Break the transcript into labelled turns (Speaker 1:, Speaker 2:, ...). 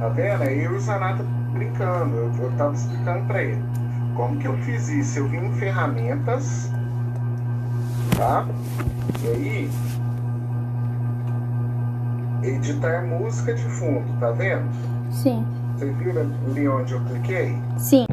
Speaker 1: Tá vendo? Aí eu e o Zanata brincando, eu, eu tava explicando pra ele. Como que eu fiz isso? Eu vim em ferramentas, tá? E aí, editar música de fundo, tá vendo?
Speaker 2: Sim.
Speaker 1: Você viu ali onde eu cliquei?
Speaker 2: Sim.